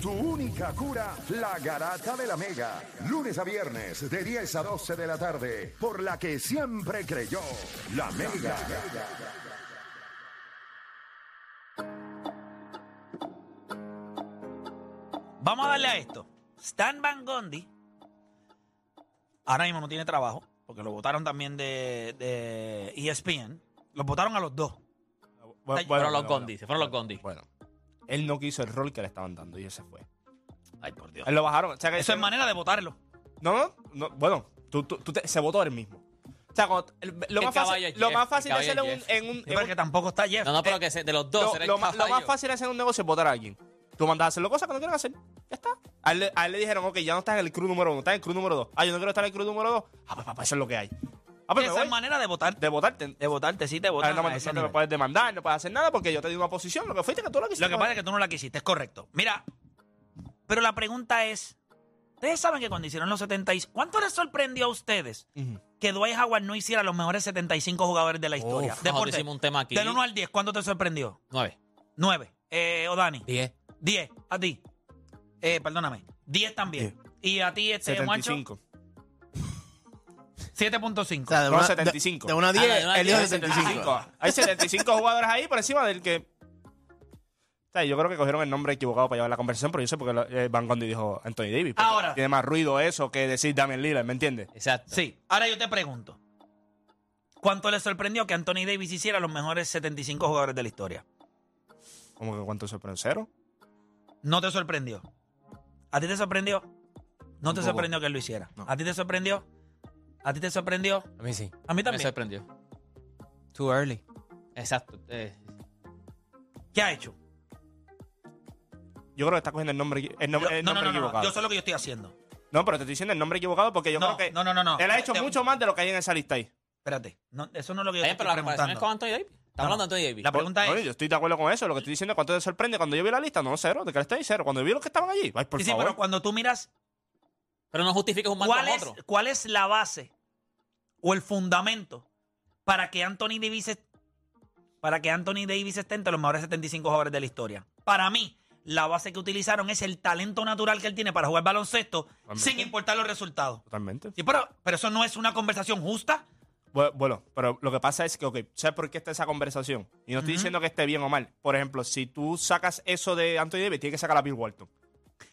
Tu única cura, la garata de la Mega. Lunes a viernes, de 10 a 12 de la tarde, por la que siempre creyó, la Mega. Vamos a darle a esto. Stan Van Gondi ahora mismo no tiene trabajo, porque lo votaron también de, de E ESPN. Los votaron a los dos. Bueno, Fueron bueno, fueron los bueno, Gondi, se fueron los bueno. Gondi. Bueno, él no quiso el rol que le estaban dando y él se fue. Ay, por Dios. Él lo bajaron. O sea, que Eso es manera de votarlo. No, no, no, bueno, tú, tú- tú te- se votó él mismo. O sea, cuando- el- lo, El más caballo fácil, es lo Jeff, más el fácil de caballo hacer es un- Jeff. en un... en Sí, porque un- tampoco está Jeff. No, no, pero que se- de los dos lo- era el lo más- lo más caballo. fácil de hacer un negocio es votar a alguien. Tú mandas a hacerlo cosas que no quieres hacer. Ya está. A él, le- a él le dijeron, ok, ya no estás en el crew número uno, estás en el crew número dos. Ah, yo no quiero estar en el crew número dos. Ah, pues papá, eso es lo que hay. Ah, pues me Esa es voy. manera de votar. De votarte. De votarte, sí, te Ah, votan. no, a me- ese no me nivel. puedes demandar, no puedes hacer nada porque yo te di una posición. Lo que fuiste que tú lo quisiste. Lo que pasa es que tú no la quisiste, es correcto. Mira, pero la pregunta es, ustedes saben que cuando hicieron los 75, ¿cuánto les sorprendió a ustedes Ujú. que Dwight Howard no hiciera los mejores 75 jugadores de la historia? Uf, nosotros Deporte, hicimos un tema aquí. del 1 al 10, ¿cuánto te sorprendió? 9, 9. Eh, o Dani, 10, 10. A ti. Eh, perdóname, 10 también. Y a ti, este, Juancho, 75. O sea, 7.5. de No, una, 75. De, de una a 10, Ah, de una a él dijo 10, 75. 75. Hay 75 jugadores ahí por encima del que. O sea, yo creo que cogieron el nombre equivocado para llevar la conversación, pero yo sé porque lo- eh, Van Gondi dijo Anthony Davis. porque Ahora. Tiene más ruido eso que decir Damian Lillard, ¿me entiendes? exacto. Sí, ahora yo te pregunto, ¿cuánto les sorprendió que Anthony Davis hiciera los mejores 75 jugadores de la historia? Como que cuánto sorprende, cero. No te sorprendió. ¿A ti te sorprendió? No te Tampoco. sorprendió que él lo hiciera. ¿A ti te sorprendió? ¿A ti te sorprendió? A mí sí. A mí Me también. sorprendió. Too early. Exacto. eh, ¿Qué ha hecho? Yo creo que está cogiendo el nombre, equi- el nom- Yo- el no, no, no, nombre no, equivocado. Yo sé lo que yo estoy haciendo. No, pero te estoy diciendo el nombre equivocado porque yo no, creo que no, no, no, no. él ha hecho Te- mucho más de lo que hay en esa lista ahí. Espérate. No, eso no es lo que yo eh, te pero estoy la comparación es preguntando. con Anthony Davis. Estamos No, no. hablando de Anthony Davis. La pregunta Oye, es... yo estoy de acuerdo con eso. Lo que estoy diciendo es cuánto te sorprende cuando yo vi la lista. No, cero. De que está ahí, cero. Cuando vi los que estaban allí. Ay, por Sí, sí, favor. pero cuando tú miras Pero no justifiques un mal ¿cuál con es, otro. cuál es la base o el fundamento para que Anthony Davis est- para que Anthony Davis esté entre los mejores 75 jugadores de la historia? Para mí, la base que utilizaron es el talento natural que él tiene para jugar baloncesto Totalmente. sin importar los resultados. Totalmente. Sí, pero, pero eso no es una conversación justa. Bu- Bueno, pero lo que pasa es que, ok, ¿sabes por qué está esa conversación? Y no estoy Ujú. diciendo que esté bien o mal. Por ejemplo, si tú sacas eso de Anthony Davis, tienes que sacar a Bill Walton.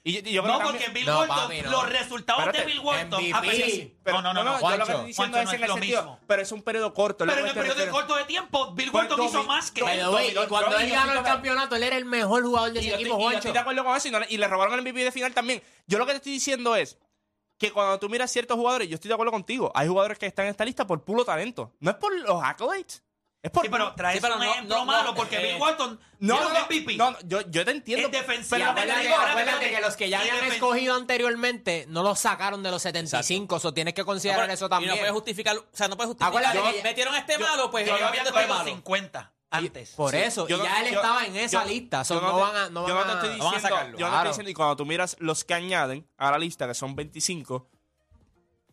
Y, y yo creo No, que porque también- Bill No, Walton, papi, no. los resultados de Espérate, Bill Walton. MVP. ah, pues sí. pero- no, no, no. Yo lo que Juancho, estoy diciendo Juancho, es no en es el lo sentido, mismo. pero es un periodo corto. este lo Pero en que el te periodo de refiero. corto de tiempo, Bill Pues Walton hizo domi- más que. domi- By the way, Dominó- y cuando él dominó- ganó el dominó- campeonato, él era el mejor jugador de Y ese yo estoy, equipo, y yo estoy Juancho. de acuerdo con eso y, no le- y le robaron el MVP de final también. Yo lo que te estoy diciendo es que cuando tú miras ciertos jugadores, yo estoy de acuerdo contigo, hay jugadores que están en esta lista por puro talento. No es por los accolades. Es por... Sí, pero traes Sí, pero un no, ejemplo no, no, malo porque eh, Bill Walton No, era no, un no, MVP. no, no, yo, yo te entiendo. Es defensivo. pero- Espérate, Acuérdate, espérate, acuérdate espérate. que los que ya Y habían defen- escogido anteriormente no los sacaron de los 75, so tienes que No, considerar pero- eso Y no también. puedes justificar. O sea, no puedes justificar. Acuérdate Yo- que- metieron a este malo, pues. Yo yo lo había meto a este cogido malo. 50 antes. Por Sí, eso, yo y no- ya él yo- estaba en esa yo- lista, so yo no, te- van a... No yo van no te a- estoy no van a diciendo, sacarlo, yo no te claro. estoy diciendo, y cuando tú miras los que añaden a la lista, que son 25,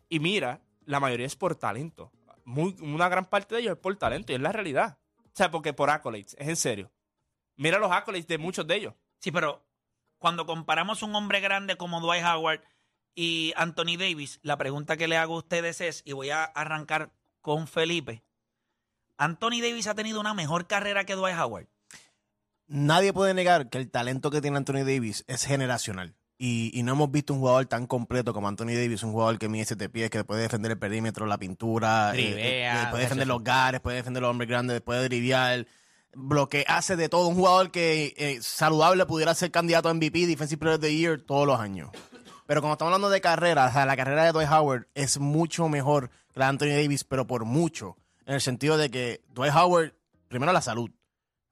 y mira, la mayoría es por talento. Muy, una gran parte de ellos es por talento, y es la realidad. O sea, porque por accolades, es en serio. Mira los accolades de muchos de ellos. Sí, pero cuando comparamos un hombre grande como Dwight Howard y Anthony Davis, la pregunta que le hago a ustedes es, y voy a arrancar con Felipe. Anthony Davis ha tenido una mejor carrera que Dwight Howard. Nadie puede negar que el talento que tiene Anthony Davis es generacional. Y, y no hemos visto un jugador tan completo como Anthony Davis, un jugador que mide siete pies, que puede defender el perímetro, la pintura, eh, Drivea, eh, puede hace defender los gares, puede defender los hombres grandes, puede driviar, bloque, hace de todo. Un jugador que eh, saludable pudiera ser candidato a MVP, Defensive Player of the Year, todos los años. Pero cuando estamos hablando de carreras, o sea, la carrera de Dwight Howard es mucho mejor que la de Anthony Davis, pero por mucho. En el sentido de que Dwight Howard, primero la salud.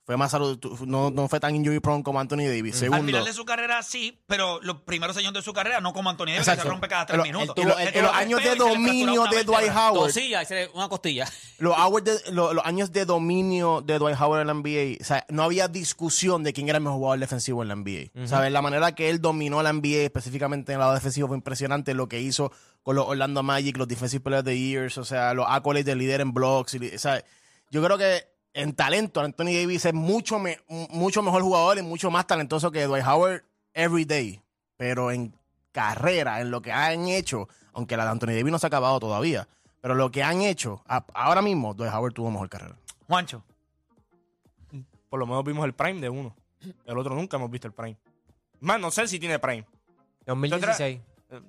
Fue más salud, tu- no, no fue tan injury prone como Anthony Davis. Al Segundo. final de su carrera sí, pero los primeros años de su carrera no como Anthony Davis, que Exacto. se rompe cada tres Pero él minutos. tuvo- Él en tuvo los un peo y años de se le fracturó dominio una de vértebra. Dwight Howard, Tosilla, hice una costilla. los, hours de- lo- los años de dominio de Dwight Howard en la NBA, o sea, no había discusión de quién era el mejor jugador defensivo en la NBA. ¿Sabes? La manera que él dominó la NBA, específicamente en el lado defensivo, fue impresionante. Lo que hizo con los Orlando Magic, los Defensive Players of the Years, o sea, los accolades de líder en blocks. y li- o sea, Yo creo que en talento, Anthony Davis es mucho, me- mucho mejor jugador y mucho más talentoso que Dwight Howard every day, pero en carrera, en lo que han hecho, aunque la de Anthony Davis no se ha acabado todavía, pero lo que han hecho, a- ahora mismo, Dwight Howard tuvo mejor carrera. Juancho, Por lo menos vimos el prime de uno. El otro nunca hemos visto el prime. Más, no sé si tiene prime. 2016. Eh,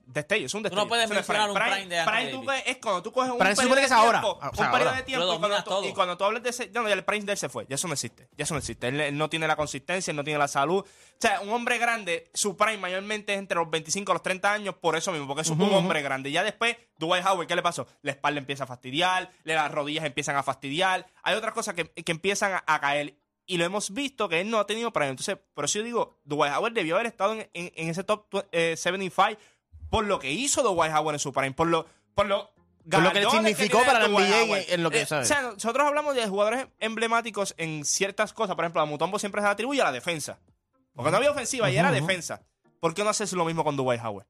Destello, es un no destello. puedes es un mencionar un prime de Anthony tú Davis. ves- es cuando tú coges un Prime periodo se supone de que es ahora. tiempo, Ah, o un sea, periodo ahora. de tiempo. Lo y cuando dominas tú- todo. Y cuando tú hablas de ese. No, no, ya el prime de él se fue. Ya eso no existe. Ya eso no existe. Él, él no tiene la consistencia, él no tiene la salud. O sea, un hombre grande, su prime mayormente es entre los 25 a los 30 años, por eso mismo, porque es un hombre grande. Y ya después, Dwight Howard, ¿qué le pasó? La espalda empieza a fastidiar, le- las rodillas empiezan a fastidiar. Hay otras cosas que, que empiezan a, a caer. Y lo hemos visto que él no ha tenido prime. Entonces, por eso yo digo, Dwight Howard debió haber estado en, en- en ese top tw- eh, 75 por lo que hizo Dwight Howard en su prime, por lo, por lo Por lo que le galardones significó tiene para la Dwight NBA en- Howard. en lo que Eh, sabe. O sea, nosotros hablamos de jugadores emblemáticos en ciertas cosas. Por ejemplo, a Mutombo siempre se le atribuye a la defensa. Porque no había ofensiva y era defensa. ¿Por qué no haces lo mismo con Dwight Howard?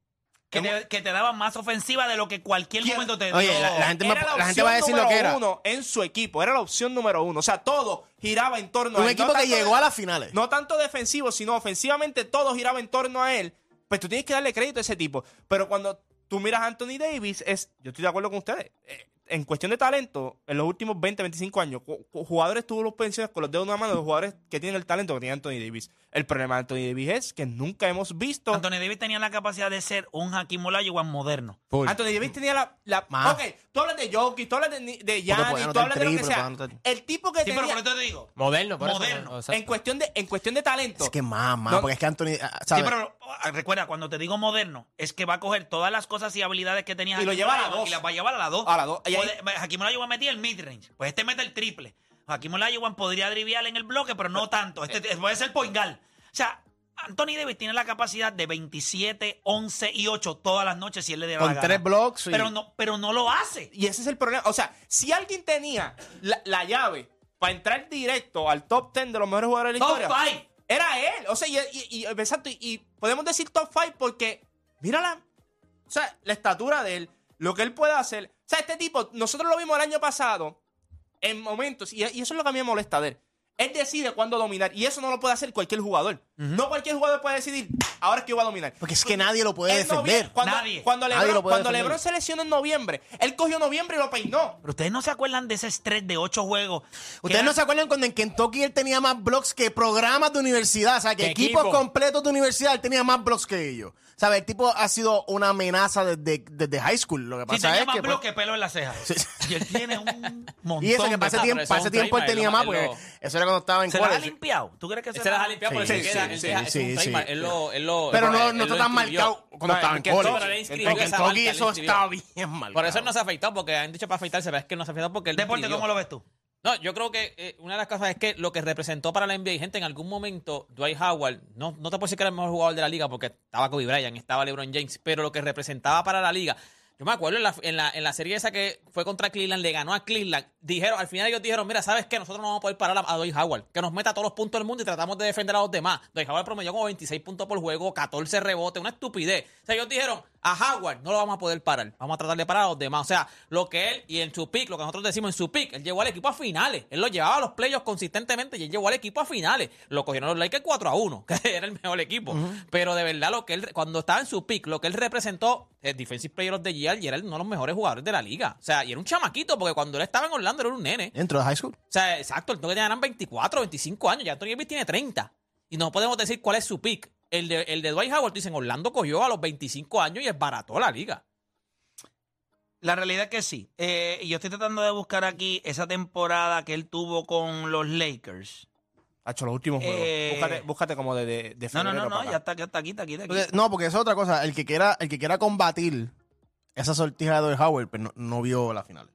que te, que te daba más ofensiva de lo que cualquier ¿Quién? momento te Oye, dio. la- la gente- Era la la gente opción va a decir lo número que era. uno en su equipo. Era la opción número uno. O sea, todo giraba en torno a Un él. No equipo que tanto llegó de- a las finales. No tanto defensivo, sino ofensivamente todo giraba en torno a él. Pues tú tienes que darle crédito a ese tipo. Pero cuando tú miras a Anthony Davis, es, yo estoy de acuerdo con ustedes. Eh, En cuestión de talento, en los últimos 20, 25 años, ju- ju- jugadores tuvo los pensiones con los dedos de una mano de los jugadores que tienen el talento que tiene Anthony Davis. El problema de Anthony Davis es que nunca hemos visto. Anthony, Anthony Davis tenía la capacidad de ser un Hakim Olajuwon moderno. Full. Davis tenía la. la- Más. ok, tú hablas de Jokic, tú hablas de, Ni- de Giannis, anotar tú hablas de lo que pues, triple, pues, puede sea. anotar- El tipo que Sí, pero tenía. por eso te digo. Moderno, por eso, Moderno. o sea, en, cuestión de, en cuestión de talento. Es que más, más, No. porque es que Anthony. ah, Sí, ¿sabes? pero ah, recuerda, cuando te digo moderno, es que va a coger todas las cosas y habilidades que tenía Y lo Hakeem lleva a la Olajuwon dos. Y las va a llevar a la 2. A la dos. Y ahí- Hakim Olajuwon metía el midrange. Pues este mete el triple. Hakim Olajuwon podría driviar en el bloque, pero no tanto. Este t- puede ser poingal. O sea, Anthony Davis tiene la capacidad de 27, 11 y 8 todas las noches si él le diera Con la tres gana. blocks. y- Pero no, pero no lo hace. Y ese es el problema. O sea, si alguien tenía la, la llave para entrar directo al top 10 de los mejores jugadores de la Top historia, five. era él. O sea, y, y- y- exacto. Y, y podemos decir top 5 porque, mira la, o sea, la estatura de él, lo que él puede hacer. O sea, este tipo, nosotros lo vimos el año pasado en momentos, y, y eso es lo que a mí me molesta de él. Él decide cuándo dominar, y eso no lo puede hacer cualquier jugador. No cualquier jugador puede decidir, ahora es que yo voy a dominar. Porque es que nadie lo puede Él no vi- defender. cuando, Nadie. Cuando, Nadie LeBron, lo puede cuando defender. LeBron se lesionó en noviembre, él cogió noviembre y lo peinó. Pero ustedes no se acuerdan de ese estrés de 8 juegos. que Ustedes era- no se acuerdan cuando en Kentucky él tenía más blogs que programas de universidad, o sea, que De equipos equipo. completos de universidad él tenía más blogs que ellos. ¿Sabes? El tipo ha sido una amenaza desde, desde high school. Lo que Si pasa tenía es más que. pues, bloque pelo en la ceja. Y él tiene un montón y eso que pase Ah, tiempo, pero eso es pase un tiempo él trademark, tenía él más, lo- porque él lo- eso era cuando estaba en ¿Se las ha college. limpiado? ¿tú crees que Este las las limpiado por Sí, eso que sí, queda. él sí, deja- sí, es un sí. trademark, él lo- él lo- eh, Pero él no, lo no está tan inscribió. marcado cuando No, estaba en en Kentucky, pero él college. inscribió En esa Kentucky marca, él eso inscribió. estaba bien mal. Por eso él no se ha afeitado, porque han dicho para afeitarse, pero es que no se ha afeitado porque él Deporte, decidió. ¿cómo lo ves tú? No, yo creo que eh, una de las cosas es que lo que representó para la NBA, gente, en algún momento, Dwight Howard, no, no te puedo decir que era el mejor jugador de la liga porque estaba Kobe Bryant, estaba LeBron James, pero lo que representaba para la liga. Yo me acuerdo en la, en la, en la serie esa que fue contra Cleveland, le ganó a Cleveland. Dijeron, al final ellos dijeron, mira, ¿sabes qué? Nosotros no vamos a poder parar a, a Dwight Howard. Que nos meta todos los puntos del mundo y tratamos de defender a los demás. Dwight Howard promedió como 26 puntos por juego, 14 rebotes, una estupidez. O sea, ellos dijeron, a Howard no lo vamos a poder parar. Vamos a tratar de parar a los demás. O sea, lo que él y en su pick, lo que nosotros decimos en su pick, él llegó al equipo a finales. Él lo llevaba a los playoffs consistentemente y él llegó al equipo a finales. Lo cogieron los Lakers 4 a 1, que era el mejor equipo. Pero de verdad, lo que él, cuando estaba en su pick, lo que él representó, el Defensive Player of the Year, y era uno de los mejores jugadores de la liga. O sea, y era un chamaquito, porque cuando él estaba en Orlando era un nene. Dentro de high school. O sea, exacto, el toque tenía eran 24, 25 años, ya Anthony Davis tiene 30. Y no podemos decir cuál es su pick. El de, el de Dwight Howard, dicen, Orlando cogió a los 25 años y esbarató la liga. La realidad es que sí. Eh, y yo estoy tratando de buscar aquí esa temporada que él tuvo con los Lakers. Ha hecho los últimos juegos. Eh. Búscate, búscate como de, de, de No, no, febrero no, no, para ya acá. está, ya está aquí, está aquí, está aquí. Porque- no, porque eso es otra cosa. El que quiera, el que quiera combatir esa sortija de Dwight Howard, pues no, no vio la final.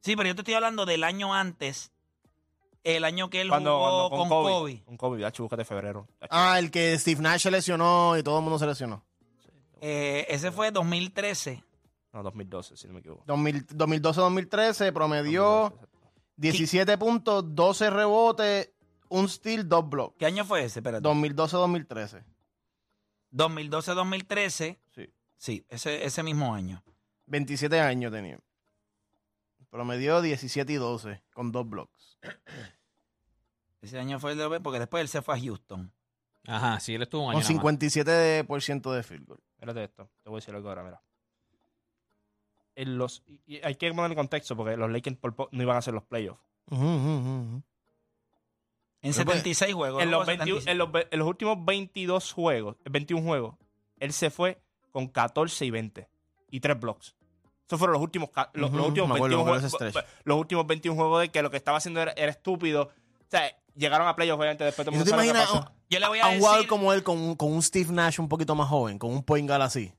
Sí, pero yo te estoy hablando del año antes, el año que él Cuando, jugó cuando con, con, Kobe. Kobe. Con Kobe, ya, búscate febrero. Hacho. Ah, el que Steve Nash se lesionó y todo el mundo se lesionó. Eh, ese fue 2013. No, 2012, si no me equivoco. 2012-2013 promedió 2012, exacto. 17 puntos, 12 rebotes, un steal, dos blocks. ¿Qué año fue ese? Espérate. 2012-2013. 2012-2013. Sí. Sí, ese, ese mismo año. 27 años tenía. Promedió 17 y 12 con dos blocks. Ese año fue el de porque después él se fue a Houston. Ajá, sí, él estuvo un año. Con nada más. 57% de field goal. Espérate esto, te voy a decir algo ahora, mira. En los, y- y hay que poner en contexto porque los Lakers por po- no iban a hacer los playoffs. En Pero, pues, 76 juegos. En luego los, 21 75. en, los, ve- en los últimos 22 juegos, 21 juegos, él se fue con 14 y 20 y 3 blocks. Esos fueron los últimos, ca- los, los Ujú, últimos me acuerdo, 21 me acuerdo juegos. ese stretch. Los últimos 21 juegos de que lo que estaba haciendo era, era estúpido. O sea, llegaron a playoffs obviamente después todo el ¿Y tú te mundo sabe lo que imaginas pasó. a, Yo le voy a, a un jugador decir- como él con, un- con un Steve Nash un poquito más joven, con un point guard así?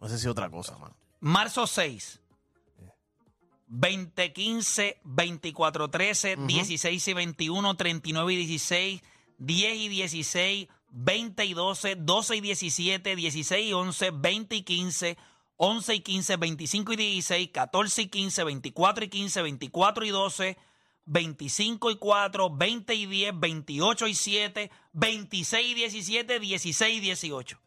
No sé si otra cosa, mano. Marzo 6. 20, 15, 24, 13, 16 y 21, 39 y 16, 10 y 16, 20 y 12, 12 y 17, 16 y 11, 20 y 15, 11 y 15, 25 y 16, 14 y 15, 24 y 15, 24 y 12, 25 y 4, 20 y 10, 28 y 7, 26 y 17, 16 y 18.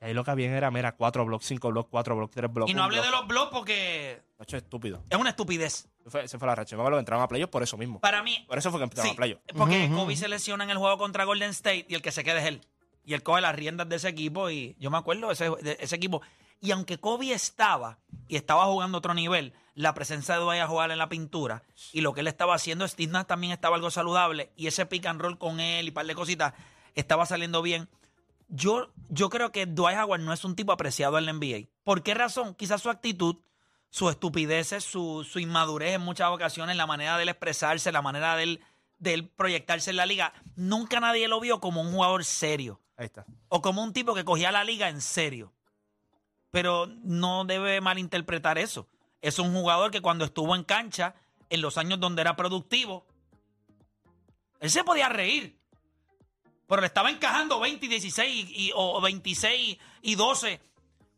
Y ahí lo que había era, mira, 4 blocks, 5 blocks, 4 blocks, 3 blocks. Y no un hablé de block. los blogs porque Macho, estúpido. es una estupidez. Ese fue, esa fue la racha. Me acuerdo que entraron a playoffs por eso mismo. Para mí, Por eso fue que Sí, empezaron a playoffs. porque Kobe se lesiona en el juego contra Golden State y el que se queda es él. Y él coge las riendas de ese equipo y yo me acuerdo de ese, de ese equipo. Y aunque Kobe estaba y estaba jugando a otro nivel, la presencia de Dwight jugar en la pintura y lo que él estaba haciendo, Steve Nash también estaba algo saludable y ese pick and roll con él y par de cositas estaba saliendo bien. Yo, yo creo que Dwight Howard no es un tipo apreciado en la NBA. ¿Por qué razón? Quizás su actitud, sus estupideces, su, su inmadurez en muchas ocasiones, la manera de él expresarse, la manera de él, de él proyectarse en la liga. Nunca nadie lo vio como un jugador serio Ahí está. o como un tipo que cogía la liga en serio. Pero no debe malinterpretar eso. Es un jugador que cuando estuvo en cancha, en los años donde era productivo, él se podía reír. Pero le estaba encajando 20 y 16 y- y- o 26 y 12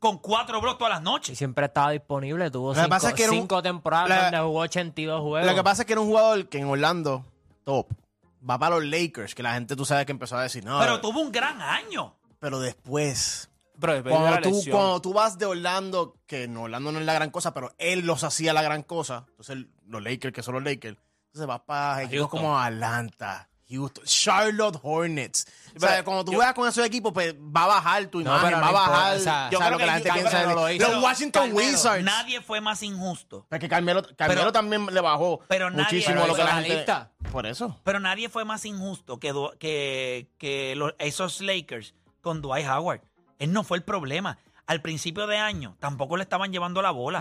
con cuatro bloques todas las Y noches. siempre estaba disponible. Tuvo Lo que cinco, pasa es que era un- cinco temporadas la- donde jugó 82 juegos. Lo que pasa es que era un jugador que en Orlando, top, va para los Lakers, que la gente tú sabes que empezó a decir, no, Pero tuvo un gran año. pero después, Pero después de la cuando tú, lesión, cuando tú vas de Orlando, que en Orlando no es la gran cosa, pero él los hacía la gran cosa, entonces el- los Lakers, que son los Lakers, entonces vas para equipos Houston. como Atlanta. Houston, Charlotte Hornets. O sea, pero cuando tú yo- veas con esos equipos, pues va a bajar tu No, imagen, pero va a no importa, bajar. o sea, yo o sea, creo que la gente Carmelo piensa. no lo hizo. los Washington Carmelo, Wizards. Nadie fue más injusto. Porque Carmelo, Carmelo Pero- también le bajó pero nadie- muchísimo Pero lo que hizo la la gente. lista. Por eso. Pero nadie fue más injusto que, Du- que, que los- esos Lakers con Dwight Howard. Él no fue el problema. Al principio de año tampoco le estaban llevando la bola.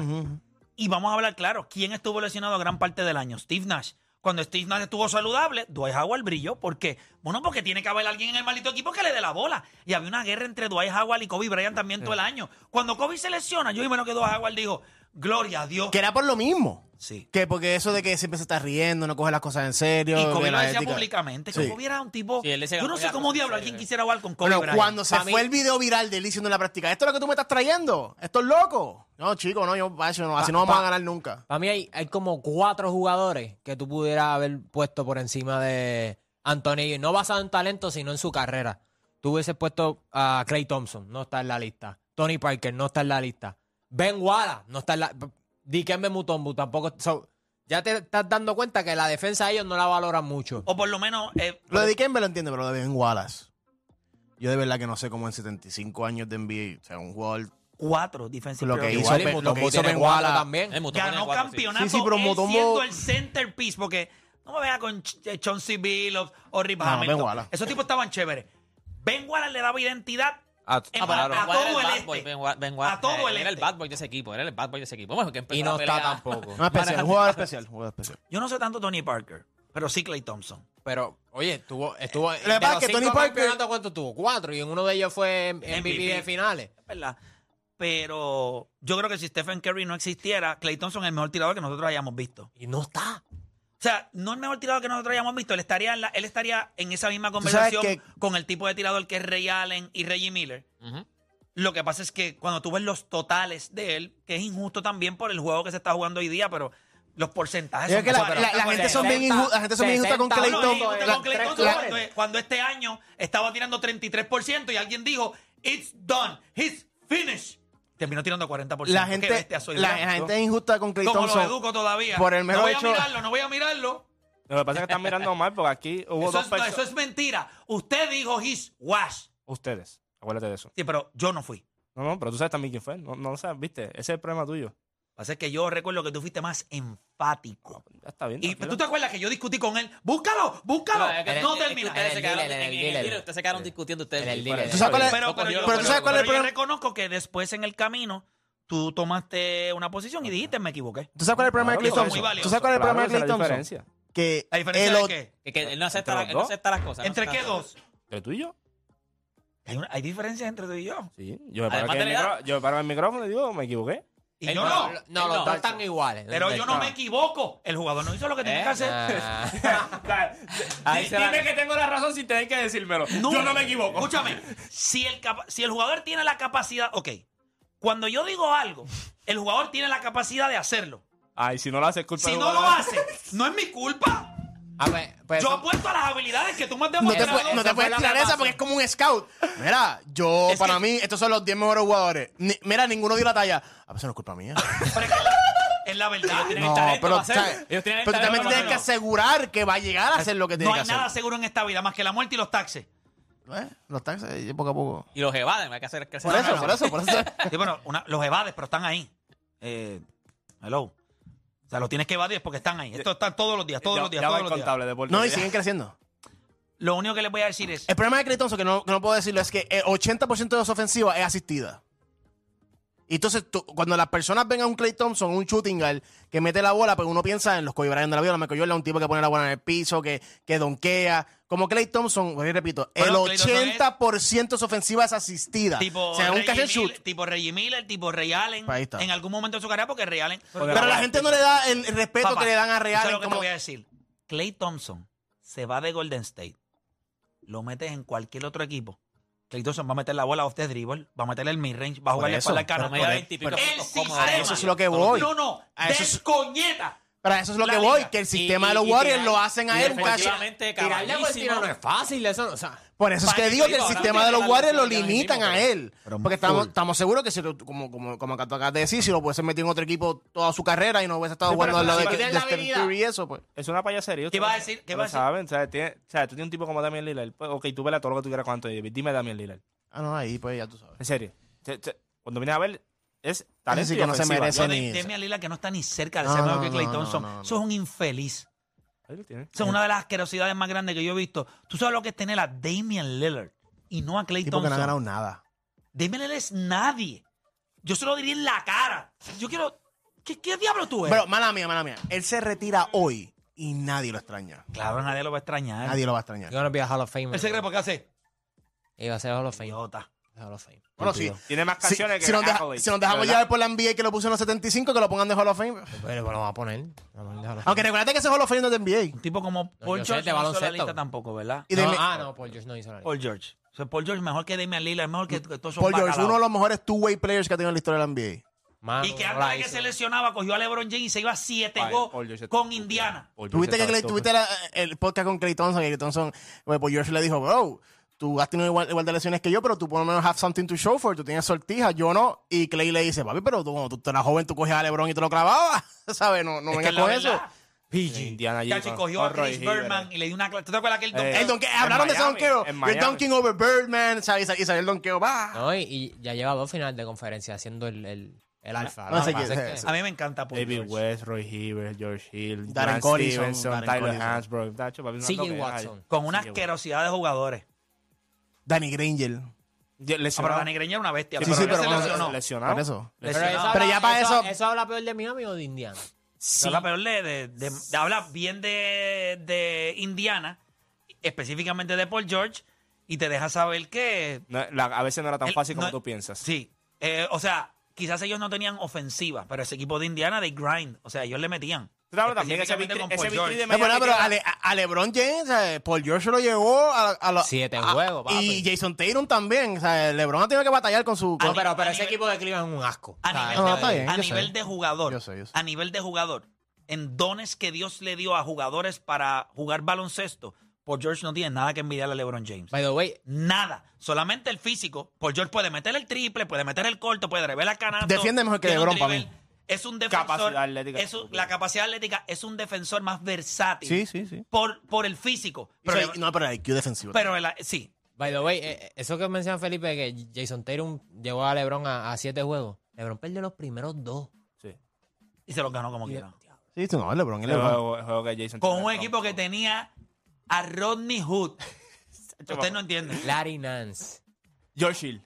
Y vamos a hablar claro, ¿quién estuvo lesionado gran parte del año? Steve Nash. Cuando Steve Nash estuvo saludable, Dwight Howard brilló. ¿Por qué? Bueno, porque tiene que haber alguien en el maldito equipo que le dé la bola. Y había una guerra entre Dwight Howard y Kobe Bryant también todo el año. Cuando Kobe se lesiona, yo imagino que Dwight Howard dijo, gloria a Dios. Que era por lo mismo. Sí. Que porque eso de que siempre se está riendo, no coge las cosas en serio. Y Kobe que lo la decía ética- públicamente. Que Sí. Kobe era un tipo. Sí, él decía que yo no sé apoyarlo. cómo diablo Sí, alguien sí. quisiera jugar con Kobe. Bueno, Bryant. cuando se Pa' fue mí- el video viral de él diciendo en la práctica, esto es lo que tú me estás trayendo, esto es loco. No, chico, no, yo, macho, no, así Pa- no vamos pa- a ganar nunca. Para mí hay, hay como cuatro jugadores que tú pudieras haber puesto por encima de Anthony, no basado en talento, sino en su carrera. Tú hubieses puesto a Clay Thompson, no está en la lista. Tony Parker, no está en la lista. Ben Wallace, no está en la... Dikembe Mutombo, tampoco... so, ya te estás dando cuenta que la defensa de ellos no la valoran mucho. O por lo menos. eh, Lo de Dikembe lo entiendo, pero lo de Ben Wallace. Yo de verdad que no sé cómo en 75 años de NBA, o sea, un jugador cuatro defensive Lo que players. hizo Igual y Ben- lo Mutombo que hizo tiene Ben cuatro Wallaza- también. Eh, Mutombo Ganó tiene cuatro, sí. campeonato. Sí, sí, pero él Mutombo- siendo el centerpiece. Porque no me venga con Ch- eh, Chauncey Billups o Rip No, Hamilton. Ben Wallace. Esos tipos estaban chéveres. Ben Wallace le daba identidad Ah, en- Claro. a Era todo el bad este. boy, Ben Wa- Ben Wa- A todo el Era el este. bad boy de ese equipo. Era el bad boy de ese equipo. Bueno, que empezó y la no está pelea. tampoco. no, especial, un jugador especial, un jugador especial. Yo no sé tanto Tony Parker, pero sí Clay Thompson. Pero, oye, estuvo... estuvo que pasa es que Tony Parker- ¿Cuánto tuvo? Cuatro. Y en uno de ellos fue MVP, MVP. de finales. es ¿Verdad? Pero yo creo que si Stephen Curry no existiera, Clay Thompson es el mejor tirador que nosotros hayamos visto. Y no está. O sea, no el mejor tirador que nosotros hayamos visto. Él estaría en, la- él estaría en esa misma sabes conversación que- con el tipo de tirador que es Ray Allen y Reggie Miller. Ujú. Lo que pasa es que cuando tú ves los totales de él, que es injusto también por el juego que se está jugando hoy día, pero los porcentajes Es que la, dispares. la- la gente son bien injusta, la gente son bien injusta con 60, Clay No, no, Thompson. es injusto La- con Clay la- Thompson cuando, cuando este año estaba tirando 33% y alguien dijo, it's done, he's finished. Terminó tirando 40%. La Qué gente, bestia soy, la, ¿verdad? la gente es injusta con Clay Como lo Thompson. educo todavía. por el mero no voy hecho- a mirarlo, no voy a mirarlo. Lo que pasa es que están mirando mal porque aquí hubo Eso dos es, no, personas. eso es mentira. Usted dijo his wash. Ustedes. Acuérdate de eso. Sí, pero yo no fui. No, no, pero tú sabes también quién fue. No, no lo sabes, viste. Ese es el problema tuyo. Pasa es que yo recuerdo que tú fuiste más enfático. Ya está Ah, bien. Y tranquilo. tú te acuerdas que yo discutí con él. ¡Búscalo! ¡Búscalo! es que- No es que termina. ustedes se En el quedaron- dealer, en en- el en el dealer. dealer, Ustedes se quedaron discutiendo ustedes. En el mismos. dealer. ¿Tú sabes cuál es- Pero, pero, Pero yo, tú pero- sabes cuál es el pero yo problema? reconozco que después en el camino tú tomaste una posición y dijiste me equivoqué. ¿Tú sabes cuál es el problema de Claro, Clay eso es muy Thompson? valioso. ¿Tú sabes cuál es el problema de Claro, Clay esa es la Thompson? diferencia. Que ¿A diferencia el de ot- qué? Que, que él no ¿Entre acepta, la- los él no dos? acepta las cosas. no ¿Entre acepta qué las cosas. dos? ¿Pero tú y yo? Hay, una- hay diferencias entre tú y yo. Sí. Yo me, paro Además aquí de el la edad. micro- yo me paro en el micrófono y digo, me equivoqué. Y Él yo no. no. Él No, los no. dos están iguales. Pero yo no me equivoco. El jugador no hizo lo que tenía que hacer. Eh, Ah. Ahí se la- que tengo la razón sin tener que decírmelo. Escúchame, si el, capa- si el jugador tiene la capacidad, ok, cuando yo digo algo, el jugador tiene la capacidad de hacerlo. Ay, si no lo haces, es culpa Si del no lo jugador. hace, no es mi culpa. Ah, pues- pues Yo eso- apuesto a las habilidades que tú me has No te, demostrado. puedes- no te Esa fue puedes la tirar base. esa porque es como un scout. Mira, yo, Es para que- mí, estos son los 10 mejores jugadores. Ni- mira, ninguno dio la talla. A veces no es culpa mía. Pero es que la- es la verdad. tienen el talento para hacerlo. ¿sabes? Ellos tienen el pero tú también talento tienes para que asegurar que va a llegar a hacer lo que tiene No que hay hacer. nada seguro en esta vida más que la muerte y los taxes. Eh, Los taxes, eh, poco a poco. Y los evaden, hay que hacer que se Por la- eso, por eso, por eso. Sí, bueno, una- los evades, pero están ahí. Eh, hello. O sea, los tienes que evadir porque están ahí. Esto están todos los días, todos Ya- los días, ya va todos el los días. contable de por No, y vida. siguen creciendo. Lo único que les voy a decir es, El problema de Clay Thompson, que no, que no puedo decirlo, es que el 80% de su ofensiva es asistida. Y entonces, tú- cuando las personas ven a un Clay Thompson, un shooting guard, que mete la bola, pues uno piensa en los Kobe Bryant de la vida, Michael Jordan, un tipo que pone la bola en el piso, que, que donkea. Como Clay Thompson, pues, repito, Bueno, Klay el Thompson es- 80% de su ofensiva es asistida. tipo, o sea, un Reggie catch and Miller- shoot. tipo Reggie Miller, tipo Ray Allen, Pues Ahí está. en algún momento de su carrera, porque Ray Allen... Pero la gente no le da el respeto Papá, que le dan a escucha Real. lo que te voy a decir. Clay Thompson se va de Golden State. Lo metes en cualquier otro equipo. Clay Thompson va a meter la bola off the dribble, va a meterle el mid-range, va a Por jugarle eso, para la pero cara. me da 20 y pico el puntos cómodos. sistema. Eso es lo que voy. No, no, A eso es- descoñeta. Pero a eso es lo La que voy, liga. que el Y- sistema y- de los y Warriors tirar- lo hacen a y él un catch- defensivamente, Tirarle por el tiro no caballísimo. es fácil, eso no, o sea, Por eso es Para que mí, digo que digo, el ahora sistema no de los tiene la Warriors lo velocidad ahí limitan mismo, a pero- él. Pero Porque estamos, full. estamos seguros que si tú- como, como, como acá- tú acabas de decir, si lo pudiese meter en otro equipo toda su carrera y no hubiese estado Sí, pero jugando al lado de, si de, tienes la Stephen habilidad. Curry y eso, pues. Es una payasería. ¿Qué ustedes va a no- decir? ¿Qué no va a lo decir? saben, ¿sabes? Tiene- o sea, tú tienes un tipo como Damian Lillard. pues, ok, tú vela todo lo que tú quieras con Anthony Davis. Dime Damian Lillard. Ah, no, ahí pues ya tú sabes. En serio. Se- se- Cuando vienes a ver, es talento sí y que no se ofensiva. merece Yo- ni- Demi Lila que no está ni cerca de No, ser no, mejor que Clay no, Thompson. no, no. Eso es un infeliz. Ahí lo tienes. Eso es una de las asquerosidades más grandes que yo he visto. Tú sabes lo que es tener a Damian Lillard y no a Clay Tipo que no ha Thompson. ganado nada. Damian Lillard es nadie. Yo se lo diría en la cara. Yo quiero. ¿Qué, qué diablo tú eres? Pero, mala mía, mala mía. Él se retira hoy y nadie lo extraña. claro, nadie lo va a extrañar. Nadie lo va a extrañar. yo no voy a Hall of Fame. El secreto, ¿por qué hace? Iba a ser Hall of Fame. Idiota. Hall of Fame. Bueno, sí. Tiene más Si, canciones que si nos deja- accolades, si nos dejamos ¿verdad? llevar por la NBA que lo puso en los 75, que lo pongan de Hall of Fame. Pero lo vamos a poner. Lo vamos a poner de Hall of Aunque recuérdate que ese Hall of Fame no es de NBA. Un tipo como Paul yo sé, George de no hizo la baloncesto. lista tampoco, ¿verdad? Y Fame. No, de- ah, pues no, Paul George no hizo la lista. Paul George. O sea, Paul George mejor que Damian Lillard, mejor que, que todos esos Paul George, bacalaos. uno de los mejores two-way players que ha tenido en la historia de la NBA. Mano, Y que no antes la de que hizo. se lesionaba, cogió a LeBron James y se iba a 7 Ay, Paul go George con está- Indiana. Paul George Tuviste, que, está- Clay- tuviste la- el podcast con Clay Thompson y Clay Thompson, pues, pues, George le dijo, bro, tú has tenido igual, igual de lesiones que yo, pero tú por lo menos have something to show for, it. tú tienes sortija, yo no. Y Clay le dice, papi, pero tú cuando tú, tú eras joven, tú cogías a LeBron y te lo clavabas, ¿sabes? No, no Es que vengas es la con eso. verdad. PG. Indiana allí Cachi con- cogió con a Chris Roy Hibbert. Berman y le dio una clase. ¿Tú te acuerdas que Eh, El el donkeo, en hablaron de ese Miami, donkeo. en You're Miami. dunking over Birdman, ¿sabes? Y salió el donkeo, va. No, y, y ya lleva dos finales de conferencia haciendo el, el, el alfa. No, ¿no? sé Pasa quién- es que- A mí me encanta Paul David George. West, Roy Hibbert, George Hill, Darren Darren Collison, Stevenson, Darren Tyler Collison. Hansbrough, Dacho, papi, una CJ loquera. Watson. Con una Sí, bueno. asquerosidad de jugadores. Danny Granger. Ye- Ah, pero lesionado. Danny Granger era una bestia. Sí, sí, él pero se vamos a- lesionó. lesionado. Por eso. Pero, Lesionado. eso Pero habla- ya para eso, eso- eso habla peor de Miami o de Indiana. Pero la peor de, de- de- de- habla bien de, de Indiana, específicamente de Paul George, y te deja saber que. No, la- a veces no era tan él- fácil como no- tú piensas. Sí. Eh, o sea, quizás ellos no tenían ofensiva, pero ese equipo de Indiana, they grind. O sea, ellos le metían. Claro, también ese Específicamente victory- con ese Paul victory George. de No, Miami pero, pero que- a, Le- a- a LeBron James, eh, Paul George lo llevó a, a la- Siete a- juegos, papi. Y Jason Tatum también. O sea, LeBron ha tenido que batallar con su. Ah, No, con- pero, pero a ese nivel- equipo de Cleveland es un asco. A O sea, nivel, eso no, de, está es- bien, a yo nivel sé. de jugador, Yo sé, yo sé. a nivel de jugador, en dones que Dios le dio a jugadores para jugar baloncesto, Paul George no tiene nada que envidiarle a LeBron James. By the way, Nada, solamente el físico. Paul George puede meter el triple, puede meter el corto, puede revelar la canasta. Defiende mejor que tiene un LeBron pa' mí. dribble, Es un defensor. Capacidad atlética. es un- la capacidad atlética es un defensor más versátil Sí, sí, sí. Por, por el físico. Pero Pero, no, pero el IQ defensivo. pero el- sí, By the way, eh, eh, eso que menciona Felipe, que Jason Tatum llevó a LeBron a, a siete juegos. LeBron perdió los primeros dos. Y se los ganó como quiera. Sí, tú no, LeBron es El LeBron. juego, el juego que Jason Con tiene un en equipo que tenía a Rodney Hood. Ustedes no entienden. Larry Nance. George Hill.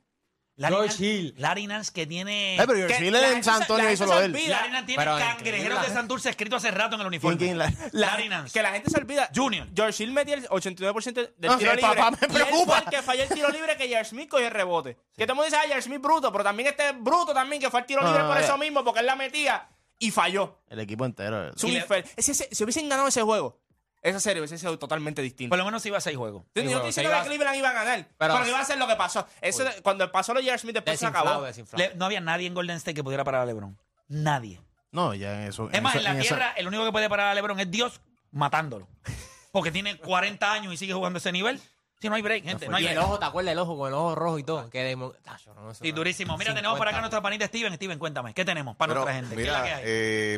Larry George Nance- Hill. Larry Nance que tiene. Ay, Eh, pero George Eh, que Hill la en gente San se- Antonio la hizo gente se lo de él. olvida. Larry Nance tiene Pero cangrejeros increíble. de Santurce escrito hace rato en el uniforme. ¿Quién, quién, la- Larry Nance. Que la gente se olvida. Junior. George Hill metía el 89% del No, tiro sí, libre. papá, me y él fue preocupa. el que falló el tiro libre que Jar Smith cogió el rebote. Que todo el mundo dice, ah, Jar Smith bruto, pero también este bruto también que fue el tiro No, libre no, por no, eso no. mismo, porque él la metía y falló. El equipo entero. Es un Y le- infer- ese- ese- si hubiesen ganado ese juego, esa serie hubiese sido totalmente distinta. Por lo menos iba a seis juegos. Yo no Sí, estoy bueno, diciendo se iba que a- Cleveland iba a ganar, Pero- pero, iba a ser lo que pasó. Eso, de- cuando pasó lo de Jar Smith, después se Desinflado, acabó. desinflado. Le- no había nadie en Golden State que pudiera parar a LeBron. Nadie. No, ya en eso. Es más, eso- en la eso- tierra, el único que puede parar a LeBron es Dios matándolo. Porque tiene 40 años y sigue jugando ese nivel. Si no hay break, gente, no hay y el break. ojo, ¿te acuerdas? El ojo con el ojo rojo y todo. Que de... mo- Tacho, no, eso Sí, no- durísimo. Mira, tenemos por acá 50. nuestra panita Steven. Steven, cuéntame, ¿qué tenemos para Pero, nuestra gente? ¿Qué es la Mira, que hay? eh,